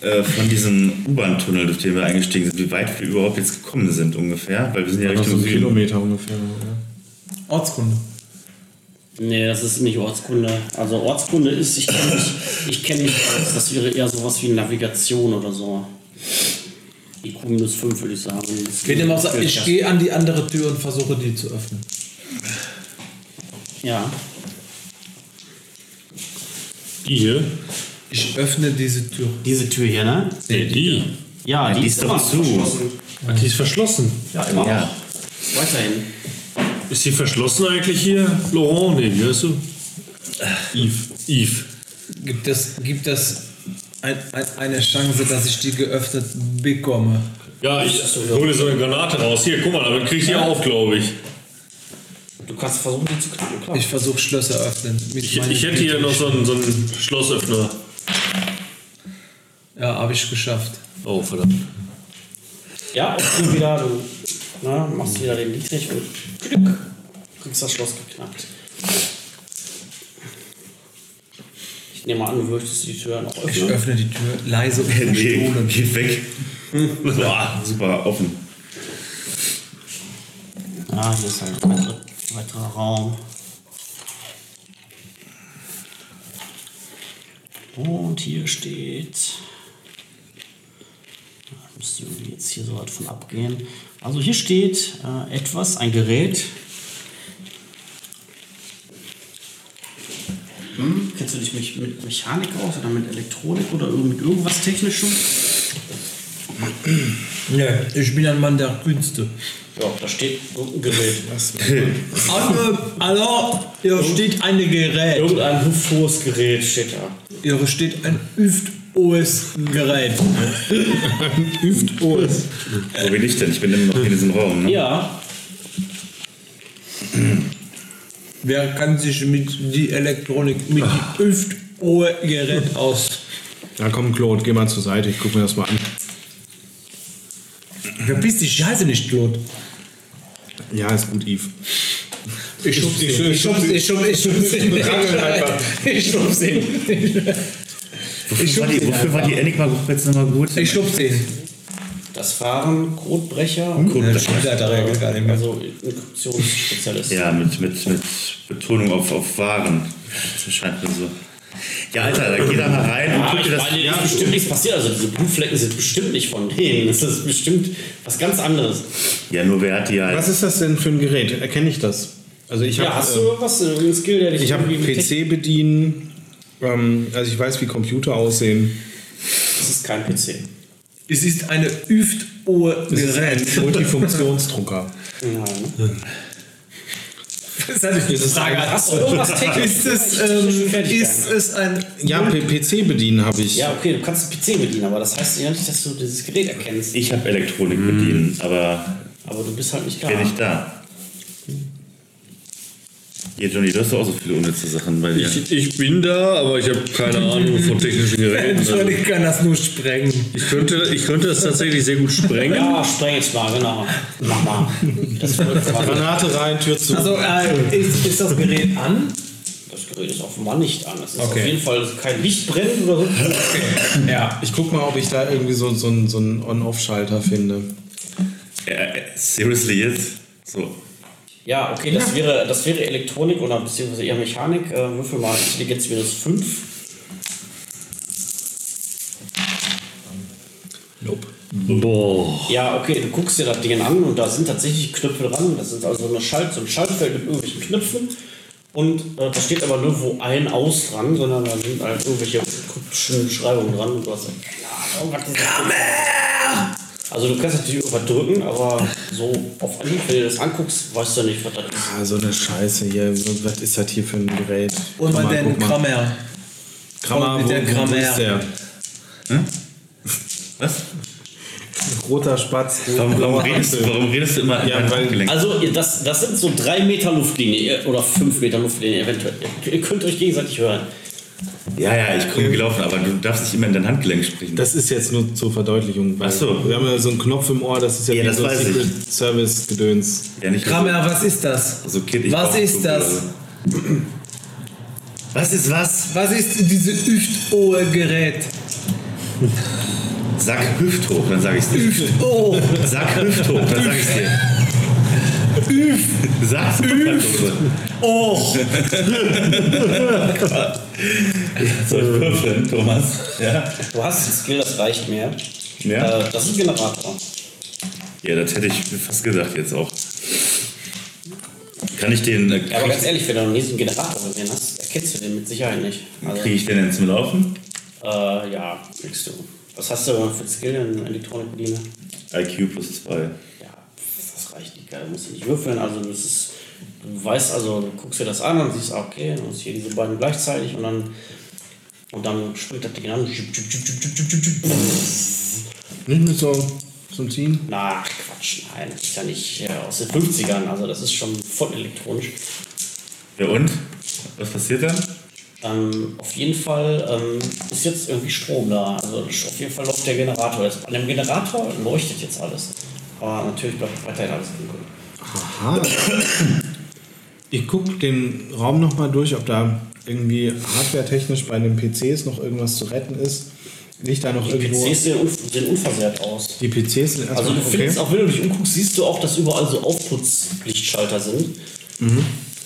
Speaker 6: äh, von diesem U-Bahn-Tunnel, durch den wir eingestiegen sind, wie weit wir überhaupt jetzt gekommen sind ungefähr, weil wir sind ja
Speaker 5: Noch so
Speaker 3: Also
Speaker 6: Richtung
Speaker 5: einen
Speaker 6: Süden.
Speaker 5: Kilometer ungefähr. Ja.
Speaker 2: Ortskunde.
Speaker 4: Nee, das ist nicht Ortskunde. Also Ortskunde ist, ich kenne mich, ich kenn mich aus. Das wäre eher sowas wie Navigation oder so. IQ minus 5 würde ich sagen.
Speaker 2: Wenn ihr mal sagt, ich gehe an die andere Tür und versuche die zu öffnen.
Speaker 4: Ja.
Speaker 3: Die hier?
Speaker 2: Ich öffne diese Tür.
Speaker 4: Diese Tür hier, ne?
Speaker 3: Nee, die. Ah,
Speaker 4: Ja, die,
Speaker 6: die
Speaker 4: ist,
Speaker 6: ist doch
Speaker 4: immer
Speaker 6: zu.
Speaker 4: verschlossen.
Speaker 3: Die ist verschlossen.
Speaker 4: Ja, immer
Speaker 6: Ja.
Speaker 4: auch. Weiterhin.
Speaker 3: Ist die verschlossen eigentlich hier? Laurent? Nee, wie heißt du? Yves. Yves.
Speaker 2: Gibt das, gibt das ein, ein, eine Chance, dass ich die geöffnet bekomme?
Speaker 3: Ja, ich hole so eine Granate raus. Hier, guck mal, damit krieg ich die auf, glaube ich.
Speaker 4: Du kannst versuchen, die zu knacken. klar.
Speaker 2: Ich versuche Schlösser öffnen. Mit
Speaker 3: Ich,
Speaker 2: meinen
Speaker 3: ich hätte hier
Speaker 2: Blicken.
Speaker 3: noch so einen, so einen Schlossöffner.
Speaker 2: Ja, habe ich geschafft.
Speaker 3: Oh, verdammt.
Speaker 4: Ja, auch du wieder, du ne, machst wieder den niedrig und klick, kriegst das Schloss geknackt. Ich nehme an, du möchtest die Tür noch
Speaker 2: Ich
Speaker 4: öffnen.
Speaker 2: öffne die Tür leise und
Speaker 6: Nee,
Speaker 2: verstohlen.
Speaker 6: geht weg. Boah, super offen.
Speaker 4: Ah, hier ist ein weiterer, weiterer Raum. Und hier steht. Da Müsste irgendwie jetzt hier so weit von abgehen. Also hier steht äh, etwas, ein Gerät. Hm, kennst du dich mit, mit Mechanik aus oder mit Elektronik oder irgend- mit irgendwas Technischem?
Speaker 2: Ja, ich bin ein Mann der Künste.
Speaker 4: Ja, da steht irgendein Gerät.
Speaker 2: Hallo, hallo, hier steht ein Gerät.
Speaker 4: Irgendein hohes Gerät steht da.
Speaker 2: Hier steht ein Üft-OS-Gerät. Üft-OS.
Speaker 6: Wo bin ich denn? Ich bin immer noch in diesem Raum. Ne?
Speaker 4: Ja,
Speaker 2: Wer kann sich mit die Elektronik, mit
Speaker 6: Ah.
Speaker 2: dem Üft-OS-Gerät aus?
Speaker 5: Na komm, Claude, geh mal zur Seite, ich guck mir das mal an.
Speaker 2: Verpiss dich, ich heiße nicht Claude.
Speaker 5: Ja, ist gut, Yves.
Speaker 2: Ich schub's ihn. Ich schub's ihn. Ich schub's ihn. Ich schub's ihn. Ich schub's ihn. Ich
Speaker 6: Wofür, war
Speaker 2: schub's
Speaker 6: die,
Speaker 2: ihn.
Speaker 6: wofür war
Speaker 2: einfach.
Speaker 6: die Enigma-Gruppe jetzt nochmal gut?
Speaker 2: Ich schub's ihn.
Speaker 4: Das fahren Kotbrecher
Speaker 2: Hm? Ja, stimmt, hat er ja gar nicht mehr.
Speaker 4: also Inkursionsspezialist.
Speaker 6: Ja, mit, mit, mit Betonung auf, auf Waren. Das scheint mir so. Ja, Alter, da geh da mal rein und
Speaker 4: Aber
Speaker 6: guck
Speaker 4: ich
Speaker 6: dir das
Speaker 4: meine, hier ist bestimmt nichts passiert. Also diese Blutflecken sind bestimmt nicht von denen. Das ist bestimmt was ganz anderes.
Speaker 6: Ja, nur wer hat die halt.
Speaker 5: Was ist das denn für ein Gerät? Erkenne ich das? Also ich
Speaker 4: Ja,
Speaker 5: habe
Speaker 4: hast du irgendwas, äh, irgendeinen Skill, der dich
Speaker 5: ich hab
Speaker 4: irgendwie mit Technik-
Speaker 5: PC bedienen, ähm, also ich weiß, wie Computer aussehen.
Speaker 4: Das ist kein PC.
Speaker 2: Es ist eine Üft-Ohr-Gerät.
Speaker 5: Multifunktionsdrucker.
Speaker 4: Nein.
Speaker 2: Das hatte ich nicht. Frage.
Speaker 4: Hast du irgendwas
Speaker 2: Ist
Speaker 4: Technisches?
Speaker 2: es,
Speaker 4: Technische
Speaker 2: ähm,
Speaker 4: Fertigkeiten?
Speaker 2: ist es ein.
Speaker 5: Ja, P- PC bedienen habe ich.
Speaker 4: Ja, okay, du kannst einen PC bedienen, aber das heißt ja nicht, dass du dieses Gerät erkennst.
Speaker 6: Ich habe Elektronik bedient, aber
Speaker 4: Aber du bist halt nicht da.
Speaker 6: bin ich da. Hier, Johnny, du hast doch auch so viele unnütze Sachen bei dir.
Speaker 3: Ich, ich bin da, aber ich habe keine Ahnung von technischen Geräten. Also
Speaker 2: Entschuldigung, ich kann das nur sprengen.
Speaker 3: ich, könnte, ich könnte das tatsächlich sehr gut sprengen.
Speaker 4: Ja, streng jetzt mal, genau. Mach mal. Das, das
Speaker 5: Granate rein, Tür zu.
Speaker 2: Also, äh, ist, ist das Gerät an?
Speaker 4: Gerät ist offenbar nicht an. Es ist
Speaker 2: Okay.
Speaker 4: auf jeden Fall kein Licht brennt oder so.
Speaker 2: Ja.
Speaker 5: ich guck mal, ob ich da irgendwie so, so, einen- so einen On-Off-Schalter finde.
Speaker 6: Äh, seriously jetzt? So.
Speaker 4: Ja, okay, das, Wäre, das wäre Elektronik oder beziehungsweise eher Mechanik. Äh, würfel mal Intelligenz minus 5.
Speaker 3: Boah.
Speaker 4: Ja, okay, du guckst dir das Ding an und da sind tatsächlich Knöpfe dran. Das ist also eine Schalt, so ein Schaltfeld mit irgendwelchen Knöpfen. Und äh, da steht aber nirgendwo ein aus dran, sondern da sind halt irgendwelche kryptischen Beschreibungen dran. Und du hast halt, keine Ahnung, was das ist. Also du kannst natürlich irgendwas drücken, aber so auf Anhieb, wenn du das anguckst, weißt du nicht, was das ist.
Speaker 5: Ah, so eine Scheiße hier. Was ist das hier für ein Gerät?
Speaker 2: Und
Speaker 5: Guck
Speaker 2: man
Speaker 5: mal,
Speaker 2: den
Speaker 5: guck mal.
Speaker 2: Krammer.
Speaker 5: Krammer,
Speaker 2: Und mit
Speaker 5: wo,
Speaker 2: der
Speaker 5: wo, wo
Speaker 2: Krammer.
Speaker 5: ist der?
Speaker 6: Was?
Speaker 5: Roter Spatz.
Speaker 6: Warum, warum,
Speaker 5: blauer
Speaker 6: redest,
Speaker 5: Apfel.
Speaker 6: warum redest du immer
Speaker 5: Ja, weil-
Speaker 6: Handgelenk?
Speaker 4: Also ihr- das, das sind so drei Meter Luftlinie ihr- oder fünf Meter Luftlinie eventuell. Ihr- Ihr könnt euch gegenseitig hören.
Speaker 6: Ja, ja, ich komme gelaufen, aber du darfst nicht immer in dein Handgelenk sprechen.
Speaker 5: Das ist jetzt nur zur Verdeutlichung. weil
Speaker 6: Ach so.
Speaker 5: Wir haben ja so einen Knopf im Ohr, das ist ja,
Speaker 6: Ja,
Speaker 5: wie
Speaker 6: das
Speaker 5: so ein
Speaker 6: weiß
Speaker 5: Secret Service Gedöns.
Speaker 6: ja, nicht
Speaker 2: Krammer, was ist das?
Speaker 6: so, so Kind, ich
Speaker 2: Was
Speaker 6: brauch
Speaker 2: ist
Speaker 6: Kumpel
Speaker 2: das?
Speaker 6: oder so. Was ist was?
Speaker 2: Was ist dieses Üft-Ohr-Gerät?
Speaker 6: Sag Hüft hoch, dann sag ich's dir.
Speaker 2: Oh,
Speaker 6: Sag Hüft hoch, dann sag ich's dir. Üf. Sag's Hüft.
Speaker 2: oh.
Speaker 6: Soll ich würfeln, Thomas? Ja.
Speaker 4: Du hast ein Skill, das reicht mir.
Speaker 6: Ja.
Speaker 4: Äh, das ist ein Generator.
Speaker 6: Ja, das hätte ich fast gesagt jetzt auch. Kann ich den. Äh,
Speaker 4: Ja, aber ganz ehrlich, wenn du noch nie so einen Generator gesehen hast, erkennst du den mit Sicherheit nicht. Also,
Speaker 6: Kriege ich den denn zum Laufen?
Speaker 4: äh, ja, kriegst du. Was hast du für ein Skill in Elektronikbediene?
Speaker 6: IQ plus 2.
Speaker 4: Ja, das reicht nicht. geil. Du musst nicht würfeln. Also das ist, du weißt, also du guckst dir das an und siehst, ah, okay, dann muss hier diese beiden gleichzeitig und dann und dann springt das Ding an.
Speaker 5: Nicht mit so zum Ziehen.
Speaker 4: Na, Quatsch, nein, das ist ja nicht äh, aus den 50ern, also das ist schon voll elektronisch.
Speaker 6: Ja und? Was passiert dann?
Speaker 4: Ähm, auf jeden Fall ähm, ist jetzt irgendwie Strom da. Also auf jeden Fall läuft der Generator. Jetzt, an dem Generator leuchtet jetzt alles. Aber natürlich bleibt weiterhin alles dunkel.
Speaker 5: Aha. Ich gucke den Raum nochmal durch, ob da irgendwie hardwaretechnisch bei den PCs noch irgendwas zu retten ist. Nicht da noch
Speaker 4: Die
Speaker 5: irgendwo.
Speaker 4: PCs sehen, unver- sehen unversehrt aus.
Speaker 5: Die PCs
Speaker 4: Also
Speaker 5: sind erstmal
Speaker 4: du
Speaker 5: okay.
Speaker 4: findest auch, wenn du dich umguckst, siehst du auch, dass überall so Aufputzlichtschalter sind.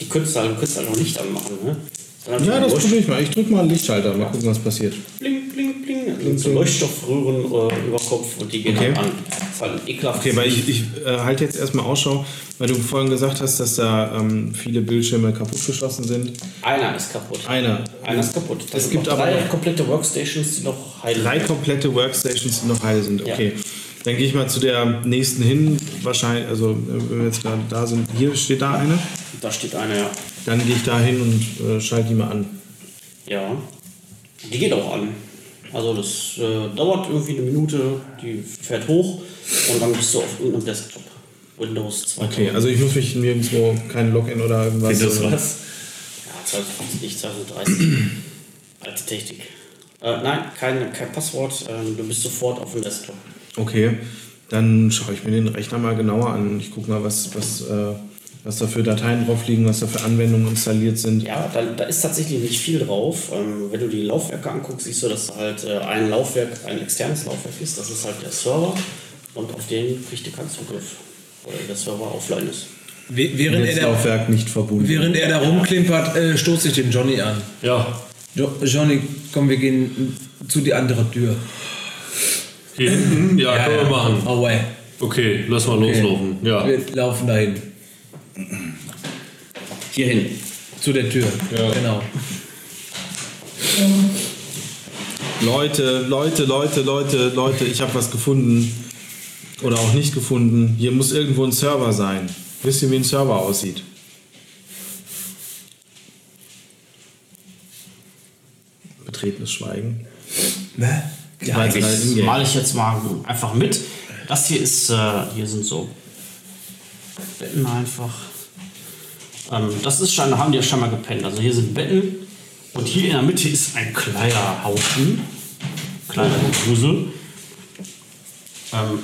Speaker 4: Die könntest du halt, du könntest halt noch Licht anmachen, ne? Dann haben die
Speaker 5: Mhm. Ja,
Speaker 4: einen
Speaker 5: das
Speaker 4: Leucht-
Speaker 5: probiere ich mal. Ich drücke mal einen Lichtschalter, mal gucken, was passiert.
Speaker 4: Bling, bling, bling. Dann sind so
Speaker 5: bling.
Speaker 4: Leuchtstoffröhren äh, über Kopf und die gehen
Speaker 5: Okay.
Speaker 4: dann an. Das ist halt ein ekelhaftes
Speaker 5: Okay, weil ich, ich äh, halte jetzt erstmal Ausschau, weil du vorhin gesagt hast, dass da ähm, viele Bildschirme kaputtgeschossen sind.
Speaker 4: Einer ist kaputt.
Speaker 5: Einer.
Speaker 4: Einer ist kaputt. Das
Speaker 5: Es
Speaker 4: sind
Speaker 5: gibt
Speaker 4: noch
Speaker 5: aber
Speaker 4: drei
Speaker 5: noch-
Speaker 4: komplette Workstations, die noch heil
Speaker 5: Drei komplette Workstations, die noch heil sind. Okay. Dann gehe ich mal zu der nächsten hin. Wahrscheinlich, also äh, wenn wir jetzt gerade da sind, hier steht da eine.
Speaker 4: Da steht einer, ja.
Speaker 5: Dann gehe ich da hin und äh, schalte die mal an.
Speaker 4: Ja. Die geht auch an. Also das äh, dauert irgendwie eine Minute, die fährt hoch und dann bist du auf irgendeinem Desktop. Windows 2.
Speaker 5: Okay, also ich muss mich nirgendwo kein Login oder irgendwas.
Speaker 6: Windows
Speaker 5: äh,
Speaker 6: was?
Speaker 4: Ja, 2050, nicht 2030. Alte Technik. Äh, nein, kein, kein Passwort. Ähm, du bist sofort auf dem Desktop.
Speaker 5: Okay, dann schaue ich mir den Rechner mal genauer an. Ich gucke mal, was, was, äh, was da für Dateien drauf liegen, was da für Anwendungen installiert sind.
Speaker 4: Ja, da, da ist tatsächlich nicht viel drauf. Ähm, wenn du die Laufwerke anguckst, siehst du, dass halt äh, ein Laufwerk ein externes Laufwerk ist. Das ist halt der Server und auf den kriegt ihr keinen Zugriff. Oder der Server offline ist.
Speaker 2: We- Während er,
Speaker 5: Jetzt
Speaker 2: da,
Speaker 5: Laufwerk nicht verbunden.
Speaker 2: während er da rumklimpert, äh, stoße ich den Johnny an.
Speaker 3: Ja,
Speaker 2: Jo Johnny, komm, wir gehen zu die andere Tür.
Speaker 3: hier hinten, ja, können wir machen.
Speaker 2: Hau away.
Speaker 3: Okay, lass mal loslaufen. Ja.
Speaker 2: Wir laufen dahin.
Speaker 4: Hierhin.
Speaker 2: Zu der Tür.
Speaker 3: Ja.
Speaker 2: Genau.
Speaker 5: Leute, Leute, Leute, Leute, Leute, ich habe was gefunden. Oder auch nicht gefunden. Hier muss irgendwo ein Server sein. Wisst ihr, wie ein Server aussieht? Betretenes Schweigen.
Speaker 2: Ne?
Speaker 5: War jetzt gerade
Speaker 4: Das
Speaker 5: in-game.
Speaker 4: male ich jetzt mal einfach mit. Das hier ist, äh, hier sind so Betten einfach. Ähm, das ist scheinbar, haben die ja scheinbar gepennt. Also hier sind Betten und hier in der Mitte ist ein kleiner Haufen, kleiner Grusel. Ähm,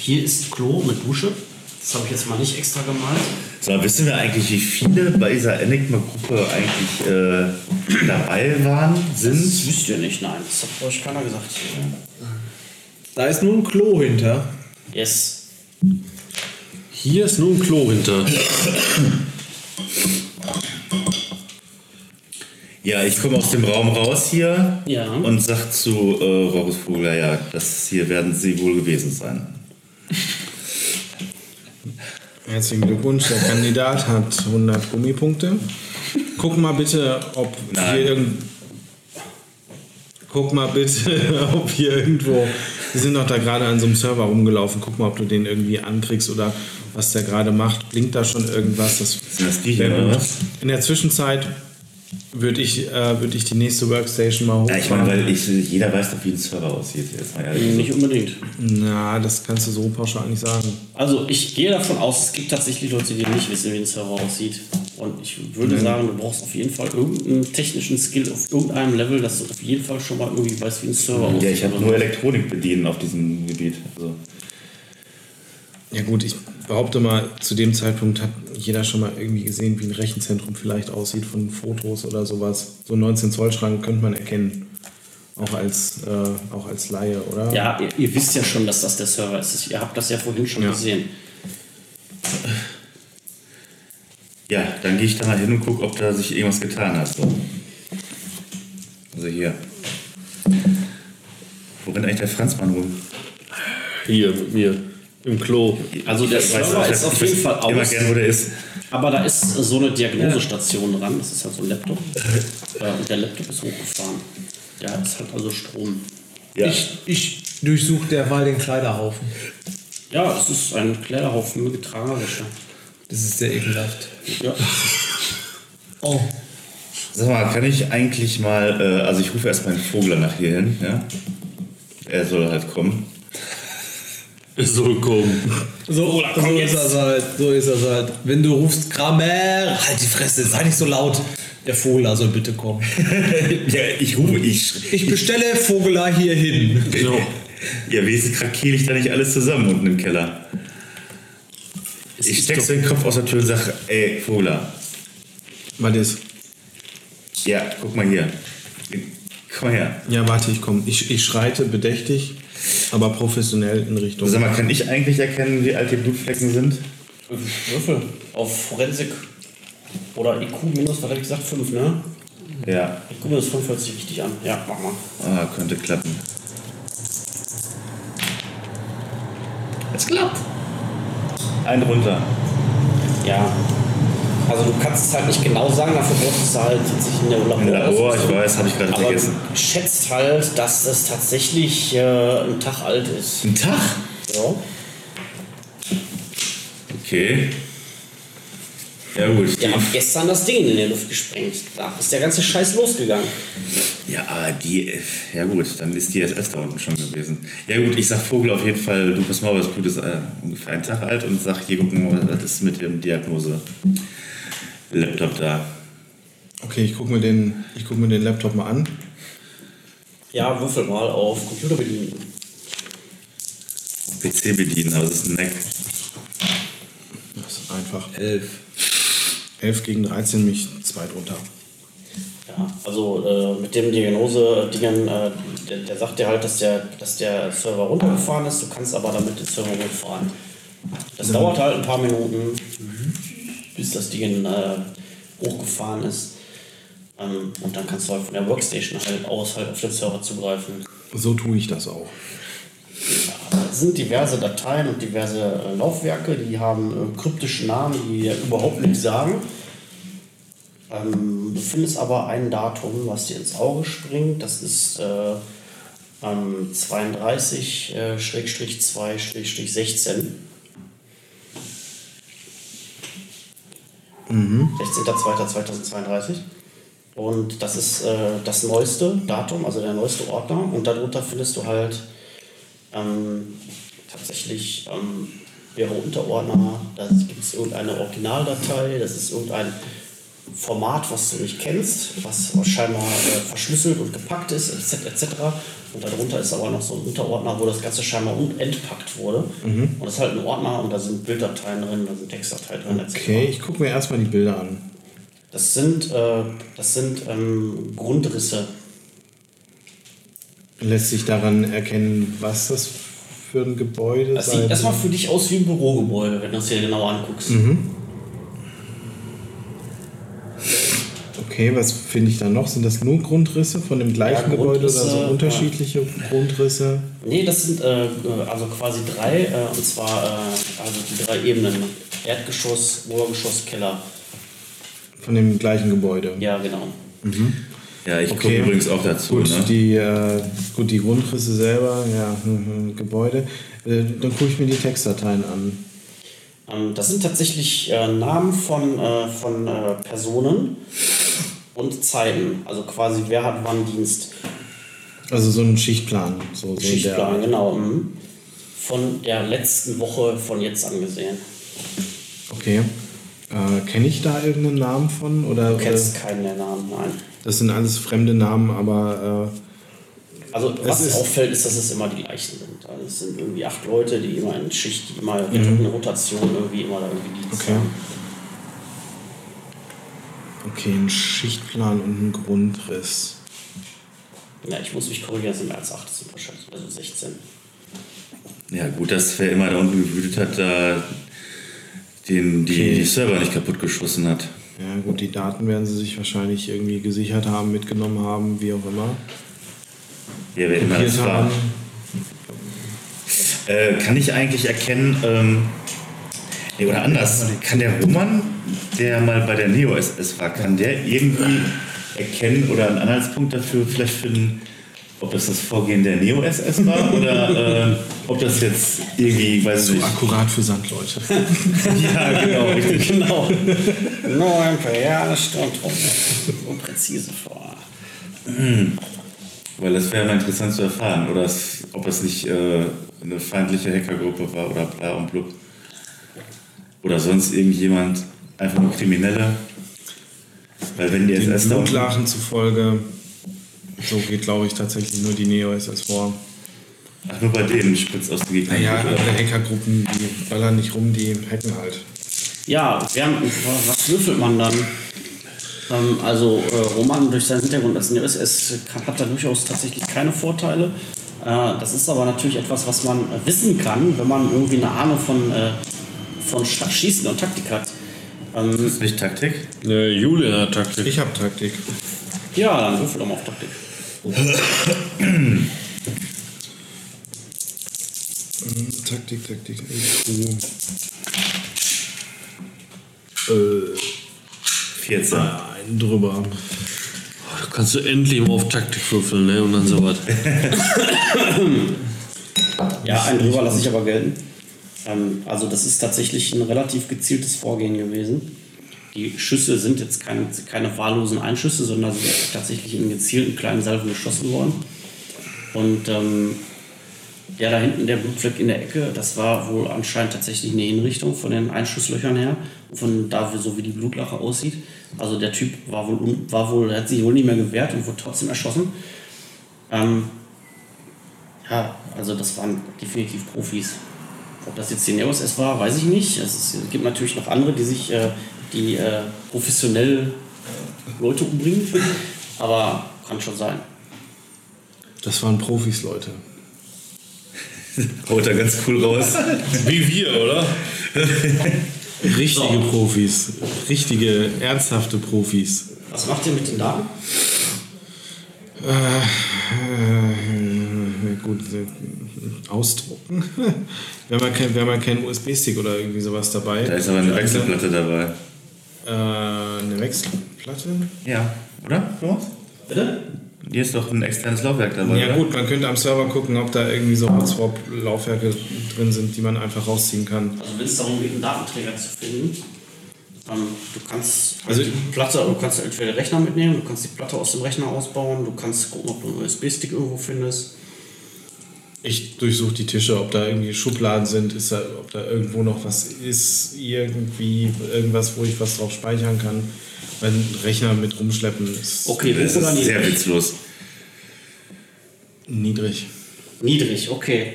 Speaker 4: hier ist Klo mit Dusche. Das habe ich jetzt mal nicht extra gemalt.
Speaker 6: So, wissen wir eigentlich, wie viele bei dieser Enigma-Gruppe eigentlich äh, dabei waren,
Speaker 4: Das
Speaker 6: sind?
Speaker 4: wisst ihr nicht, nein. Das hat euch keiner gesagt.
Speaker 2: Da ist nur ein Klo hinter.
Speaker 4: Yes.
Speaker 3: Hier ist nur ein Klo hinter.
Speaker 6: Ja, ich komme aus dem Raum raus hier
Speaker 4: Ja.
Speaker 6: und sag zu äh, Roris Vogler, ja, das hier werden sie wohl gewesen sein.
Speaker 5: Herzlichen Glückwunsch, der Kandidat hat 100 Gummipunkte. Guck mal bitte, ob
Speaker 6: Nein.
Speaker 5: hier irgend... Guck mal bitte, ob hier irgendwo... Die sind doch da gerade an so einem Server rumgelaufen. Guck mal, ob du den irgendwie ankriegst oder was der gerade macht. Blinkt da schon irgendwas? Das
Speaker 6: Sind das die hier,
Speaker 5: wäre
Speaker 6: oder
Speaker 5: gut.
Speaker 6: was?
Speaker 5: In der Zwischenzeit würde ich, äh, würd ich die nächste Workstation mal
Speaker 6: Ja,
Speaker 5: hochfahren.
Speaker 6: ich meine, weil ich, jeder weiß doch, wie ein Server aussieht. Jetzt mal ehrlich.
Speaker 4: Nicht unbedingt.
Speaker 5: Na, das kannst du so pauschal nicht sagen.
Speaker 4: Also ich gehe davon aus, es gibt tatsächlich Leute, die nicht wissen, wie ein Server aussieht. Und ich würde
Speaker 6: Mhm.
Speaker 4: sagen, du brauchst auf jeden Fall irgendeinen technischen Skill auf irgendeinem Level, dass du auf jeden Fall schon mal irgendwie weißt, wie ein Server aussieht. Also,
Speaker 6: Mhm. Ja, ich habe
Speaker 4: Oder-
Speaker 6: nur Elektronik bedienen auf diesem Gebiet. Also,
Speaker 5: Ja gut, ich behaupte mal, zu dem Zeitpunkt hat jeder schon mal irgendwie gesehen, wie ein Rechenzentrum vielleicht aussieht von Fotos oder sowas. So einen 19 Zoll Schrank könnte man erkennen. Auch als, äh, auch als Laie, oder?
Speaker 4: Ja, ihr, ihr wisst ja schon, dass das der Server ist. Ihr habt das ja vorhin schon
Speaker 5: Ja.
Speaker 4: gesehen.
Speaker 6: Ja, dann gehe ich da mal hin und gucke, ob da sich irgendwas getan hat. So. Also hier. Wo rennt eigentlich der Franzmann rum?
Speaker 3: Hier, mit mir. Im Klo.
Speaker 6: Also
Speaker 4: der Server
Speaker 6: ich
Speaker 4: ist auf
Speaker 6: hab- ich
Speaker 4: jeden
Speaker 6: weiß
Speaker 4: Fall
Speaker 6: Immer
Speaker 4: aus.
Speaker 6: gern, wo der ist.
Speaker 4: Aber da ist so eine Diagnosestation dran. Das ist halt so ein Laptop. Äh, Und der Laptop ist hochgefahren. Der hat halt also Strom.
Speaker 6: Ja.
Speaker 2: Ich, ich durchsuche derweil den Kleiderhaufen.
Speaker 4: Ja, es ist ein Kleiderhaufen getragener Wäsche.
Speaker 2: Das ist sehr ekelhaft.
Speaker 4: Ja.
Speaker 2: Oh,
Speaker 6: Sag mal, kann ich eigentlich mal, äh, also ich rufe erst meinen Vogler nach hier hin, ja? Er soll halt kommen.
Speaker 3: So kommen.
Speaker 2: so, so ist das halt. So ist das halt. Wenn du rufst, Kramer, halt die Fresse, sei nicht so laut. Der Vogler soll bitte kommen.
Speaker 6: ja, ich rufe, ich.
Speaker 2: Ich bestelle Vogeler hier hin.
Speaker 3: Genau.
Speaker 6: Ja, wesentlich krakeel ich da nicht alles zusammen unten im Keller. Ich steck so den Kopf aus der Tür und sag, ey, Vogler,
Speaker 5: Was ist?
Speaker 6: ja, guck mal hier. Komm mal her.
Speaker 5: Ja, warte, ich komme. Ich, ich schreite bedächtig, aber professionell in Richtung.
Speaker 6: Sag mal, kann ich eigentlich erkennen, wie alt die Blutflecken sind?
Speaker 4: Würfel auf Forensik. Oder IQ minus, was hab ich gesagt, 5, ne?
Speaker 6: Ja,
Speaker 4: IQ minus 5 hört sich richtig an. Ja, mach mal.
Speaker 6: ah, könnte klappen.
Speaker 4: Es klappt.
Speaker 6: Ein runter.
Speaker 4: Ja. Also du kannst es halt nicht genau sagen, dafür brauchst du halt tatsächlich in der Labor.
Speaker 6: Im Labor, ich weiß, habe ich gerade
Speaker 4: Aber
Speaker 6: vergessen.
Speaker 4: du schätzt halt, dass es tatsächlich äh, ein Tag alt ist.
Speaker 6: Ein Tag?
Speaker 4: Ja.
Speaker 6: Okay. Ja gut.
Speaker 4: Wir haben gestern das Ding in der Luft gesprengt. Da ist der ganze Scheiß losgegangen.
Speaker 6: Ja, aber die, ja gut, dann ist die SS da unten schon gewesen. Ja gut, ich sag Vogel auf jeden Fall, du pass mal, auf, das Blut ist äh, ungefähr einen Tag alt und sag, hier gucken wir mal, was ist mit dem Diagnose-Laptop da.
Speaker 5: Okay, ich gucke mir, den- ich guck mir den Laptop mal an.
Speaker 4: Ja, würfel mal auf Computer bedienen.
Speaker 6: PC bedienen, aber es ist ein Mac.
Speaker 5: Das ist einfach.
Speaker 2: Elf.
Speaker 5: 11 gegen 13, mich zwei drunter.
Speaker 4: Ja, also äh, mit dem Diagnose-Dingen, äh, der, der sagt dir halt, dass der, dass der Server runtergefahren ist. Du kannst aber damit den Server hochfahren. Das dauert halt ein paar Minuten, bis das Ding äh, hochgefahren ist. Ähm, und dann kannst du halt von der Workstation halt aus halt auf den Server zugreifen.
Speaker 5: So tue ich das auch.
Speaker 4: Es sind diverse Dateien und diverse äh, Laufwerke, die haben äh, kryptische Namen, die dir überhaupt nichts sagen. Ähm, du findest aber ein Datum, was dir ins Auge springt. Das ist äh, ähm, 32-2-16. 16.02.2032. Und das ist äh, das neueste Datum, also der neueste Ordner. Und darunter findest du halt ähm, tatsächlich ähm, wäre Unterordner, da gibt es irgendeine Originaldatei, das ist irgendein Format, was du nicht kennst, was scheinbar äh, verschlüsselt und gepackt ist, etc. etc. Und darunter ist aber noch so ein Unterordner, wo das Ganze scheinbar un- entpackt wurde. Und das ist halt ein Ordner und da sind Bilddateien drin, da sind Textdateien drin, etc.
Speaker 5: Okay, ich gucke mir erstmal die Bilder an.
Speaker 4: Das sind, äh, das sind ähm, Grundrisse.
Speaker 5: Lässt sich daran erkennen, was das für ein Gebäude
Speaker 4: Das
Speaker 5: sein
Speaker 4: sieht erstmal für dich aus wie ein Bürogebäude, wenn du es dir genau anguckst.
Speaker 5: Okay, was finde ich da noch? Sind das nur Grundrisse von dem gleichen
Speaker 4: Ja,
Speaker 5: Gebäude oder
Speaker 4: Grundrisse,
Speaker 5: so
Speaker 4: ja.
Speaker 5: unterschiedliche Grundrisse?
Speaker 4: Nee, das sind äh, äh, also quasi drei, äh, und zwar äh, also die drei Ebenen. Erdgeschoss, Obergeschoss, Keller.
Speaker 5: Von dem gleichen Gebäude.
Speaker 4: Ja, genau.
Speaker 6: Ja, ich
Speaker 5: Okay.
Speaker 6: gucke übrigens auch dazu.
Speaker 5: Gut,
Speaker 6: ne?
Speaker 5: die, äh, gut, die Grundrisse selber, ja, mhm, Gebäude. Äh, dann gucke ich mir die Textdateien an.
Speaker 4: Ähm, das sind tatsächlich äh, Namen von, äh, von äh, Personen und Zeiten. Also quasi wer hat wann Dienst.
Speaker 5: Also so ein Schichtplan. So, so
Speaker 4: Schichtplan, genau. mhm. Von der letzten Woche von jetzt angesehen.
Speaker 5: Der, okay. Äh, Kenne ich da irgendeinen Namen von? Oder,
Speaker 4: Du kennst keinen der Namen, nein.
Speaker 5: Äh, das sind alles fremde Namen, aber äh,
Speaker 4: Also was
Speaker 5: ist-
Speaker 4: auffällt, ist, dass es immer die gleichen sind. Also es sind irgendwie acht Leute, die immer in Schicht, die immer in Rotation irgendwie immer da irgendwie Dienst
Speaker 5: äh, Mhm. okay.
Speaker 4: haben.
Speaker 5: Okay, ein Schichtplan und ein Grundriss.
Speaker 4: Ja, ich muss mich korrigieren, es sind mehr als 18 wahrscheinlich, also 16.
Speaker 6: Ja, gut, dass wer immer da unten gewütet hat, da den, die, die Server nicht kaputtgeschossen hat.
Speaker 5: Ja, gut, die Daten werden sie sich wahrscheinlich irgendwie gesichert haben, mitgenommen haben, wie auch immer.
Speaker 6: Ja, wer immer das
Speaker 5: Kopiert
Speaker 6: war.
Speaker 5: haben.
Speaker 6: Äh, kann ich eigentlich erkennen, ähm, nee, oder anders, kann der Roman, der mal bei der Neo-SS war, kann der irgendwie erkennen oder einen Anhaltspunkt dafür vielleicht finden, ob das das Vorgehen der Neo-SS war oder äh, ob das jetzt irgendwie, weiß ich nicht.
Speaker 5: Akkurat für Sandleute.
Speaker 6: Ja, genau, richtig.
Speaker 4: genau. Nur ein paar Jahre Sturmtruppe. Und präzise vor.
Speaker 6: Weil das wäre mal interessant zu erfahren, oder es, ob es nicht äh, eine feindliche Hackergruppe war oder bla und blub. Oder sonst irgendjemand, einfach nur Kriminelle. Weil wenn die
Speaker 5: Den
Speaker 6: SS da unten,
Speaker 5: Blutlachen zufolge, so geht glaube ich tatsächlich nur die Neo-SS vor.
Speaker 6: ach, nur bei denen spritzt aus dem Gegner.
Speaker 5: Naja, andere Hackergruppen, die ballern nicht rum, die hacken halt.
Speaker 4: Ja, wir haben, was würfelt man dann? Ähm, also äh, Roman durch seinen Hintergrund als NSS kann, hat da durchaus tatsächlich keine Vorteile. Äh, das ist aber natürlich etwas, was man äh, wissen kann, wenn man irgendwie eine Ahnung von, äh, von Sch- Schießen und Taktik hat. Ähm,
Speaker 6: Das ist nicht Taktik.
Speaker 3: Eine Julia-Taktik.
Speaker 5: Ich habe Taktik.
Speaker 4: ja, dann würfel doch mal auf Taktik.
Speaker 5: Mhm, Taktik, Taktik, IQ. Äh,
Speaker 6: 14.
Speaker 5: ah, einen drüber.
Speaker 3: Da kannst du endlich mal auf Taktik würfeln, ne? Und dann sowas.
Speaker 4: Ja, ein drüber lasse ich aber gelten. Ähm, also das ist tatsächlich ein relativ gezieltes Vorgehen gewesen. Die Schüsse sind jetzt keine, keine wahllosen Einschüsse, sondern sind tatsächlich in gezielten kleinen Salven geschossen worden. Und ähm, ja, da hinten der Blutfleck in der Ecke, das war wohl anscheinend tatsächlich eine Hinrichtung von den Einschusslöchern her, von da, so wie die Blutlache aussieht. Also der Typ war wohl, un- war wohl, hat sich wohl nicht mehr gewehrt und wurde trotzdem erschossen. Ähm, ja, also das waren definitiv Profis. Ob das jetzt die Neos war, weiß ich nicht. Es, ist, es gibt natürlich noch andere, die sich, äh, die äh, professionell äh, Leute umbringen. Aber kann schon sein.
Speaker 5: Das waren Profis, Leute.
Speaker 6: Haut da ganz cool raus.
Speaker 3: Wie wir, oder?
Speaker 5: Richtige
Speaker 4: So.
Speaker 5: Profis. Richtige, ernsthafte Profis.
Speaker 4: Was macht ihr mit den Daten?
Speaker 5: Äh, gut, äh, ausdrucken. wir haben ja kein- wir haben ja keinen USB-Stick oder irgendwie sowas dabei.
Speaker 6: Da ist aber eine Wechselplatte dabei.
Speaker 5: Äh, eine Wechselplatte?
Speaker 6: Ja, oder? Thomas?
Speaker 4: Bitte?
Speaker 6: Hier ist doch ein externes Laufwerk dabei.
Speaker 5: Ja
Speaker 6: oder?
Speaker 5: gut, man könnte am Server gucken, ob da irgendwie so Hotswap-Laufwerke drin sind, die man einfach rausziehen kann.
Speaker 4: Also wenn es darum geht, einen Datenträger zu finden, ähm, du kannst
Speaker 5: Also-
Speaker 4: die Platte, du kannst entweder den Rechner mitnehmen, du kannst die Platte aus dem Rechner ausbauen, du kannst gucken, ob du einen USB-Stick irgendwo findest.
Speaker 5: Ich durchsuche die Tische, ob da irgendwie Schubladen sind, ist da, ob da irgendwo noch was ist, irgendwie irgendwas, wo ich was drauf speichern kann. Weil ein Rechner mit rumschleppen ist
Speaker 4: Okay,
Speaker 6: Das
Speaker 4: hoch oder
Speaker 6: ist sehr
Speaker 4: niedrig?
Speaker 6: witzlos.
Speaker 5: niedrig.
Speaker 4: Niedrig, okay.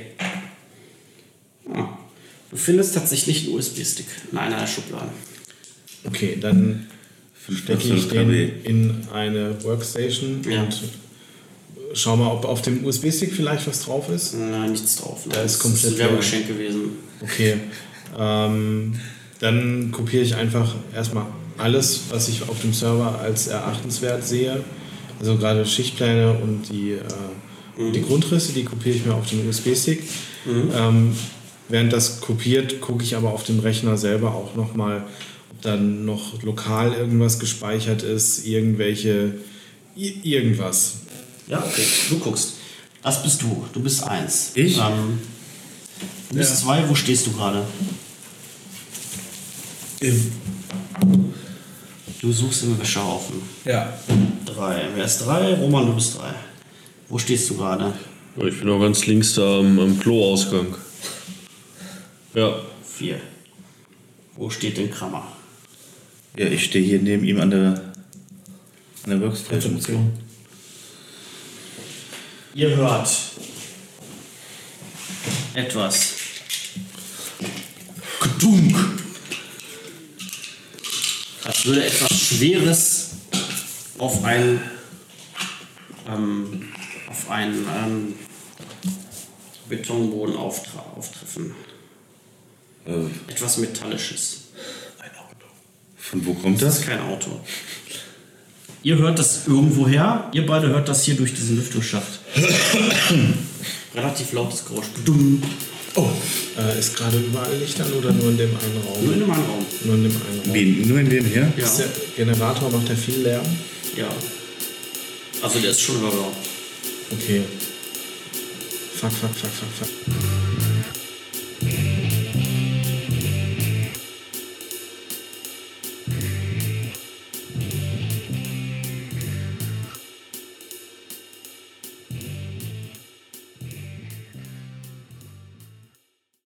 Speaker 4: Ah. Du findest tatsächlich einen USB-Stick in einer der Schubladen.
Speaker 5: Okay, dann stecke ich
Speaker 6: 5,5 KB.
Speaker 5: den in eine Workstation
Speaker 4: Ja.
Speaker 5: und schau mal, ob auf dem USB-Stick vielleicht was drauf ist.
Speaker 4: Nein, nichts drauf. Nein.
Speaker 5: Da ist
Speaker 4: das
Speaker 5: komplett
Speaker 4: ein Werbegeschenk gewesen.
Speaker 5: Okay. Ähm, dann kopiere ich einfach erstmal alles, was ich auf dem Server als erachtenswert sehe. Also gerade Schichtpläne und die, äh,
Speaker 4: Mhm.
Speaker 5: die Grundrisse, die kopiere ich mir auf den USB-Stick. Ähm, während das kopiert, gucke ich aber auf dem Rechner selber auch nochmal, ob dann noch lokal irgendwas gespeichert ist, irgendwelche, i- irgendwas.
Speaker 4: Ja, okay. Du guckst. Das bist du. Du bist eins.
Speaker 6: Ich?
Speaker 4: Ähm, du bist zwei. Wo stehst du gerade? Du suchst im Wäschehaufen.
Speaker 5: Ja.
Speaker 4: Drei. Wer ist drei? Roman, du bist drei. Wo stehst du gerade?
Speaker 3: Oh, Ich bin noch ganz links da am, am Kloausgang. Ja.
Speaker 4: Vier. Wo steht denn Krammer?
Speaker 6: Ja, ich stehe hier neben ihm an der, an der Workstation.
Speaker 4: Ihr hört etwas. Gedunk. Als würde etwas Schweres auf einen, ähm, auf einen ähm, Betonboden auftra auftreffen.
Speaker 6: Äh,
Speaker 4: Etwas Metallisches.
Speaker 6: von wo kommt
Speaker 4: Das
Speaker 6: das?
Speaker 4: ist kein Auto. Ihr hört das irgendwo her. Ihr beide hört das hier durch diesen Lüftungsschacht. Relativ lautes Geräusch. Dumm.
Speaker 5: Oh, äh, ist gerade überall Licht an oder nur in dem einen
Speaker 4: Nur
Speaker 5: Raum?
Speaker 4: in einem Raum.
Speaker 5: Nur in dem einen Raum.
Speaker 6: Wie, nur in dem hier?
Speaker 4: Ja.
Speaker 5: Ist der Generator macht ja viel Lärm.
Speaker 4: ja. Also der ist schon hörbar.
Speaker 5: Okay. Fuck, fuck, fuck, fuck, fuck.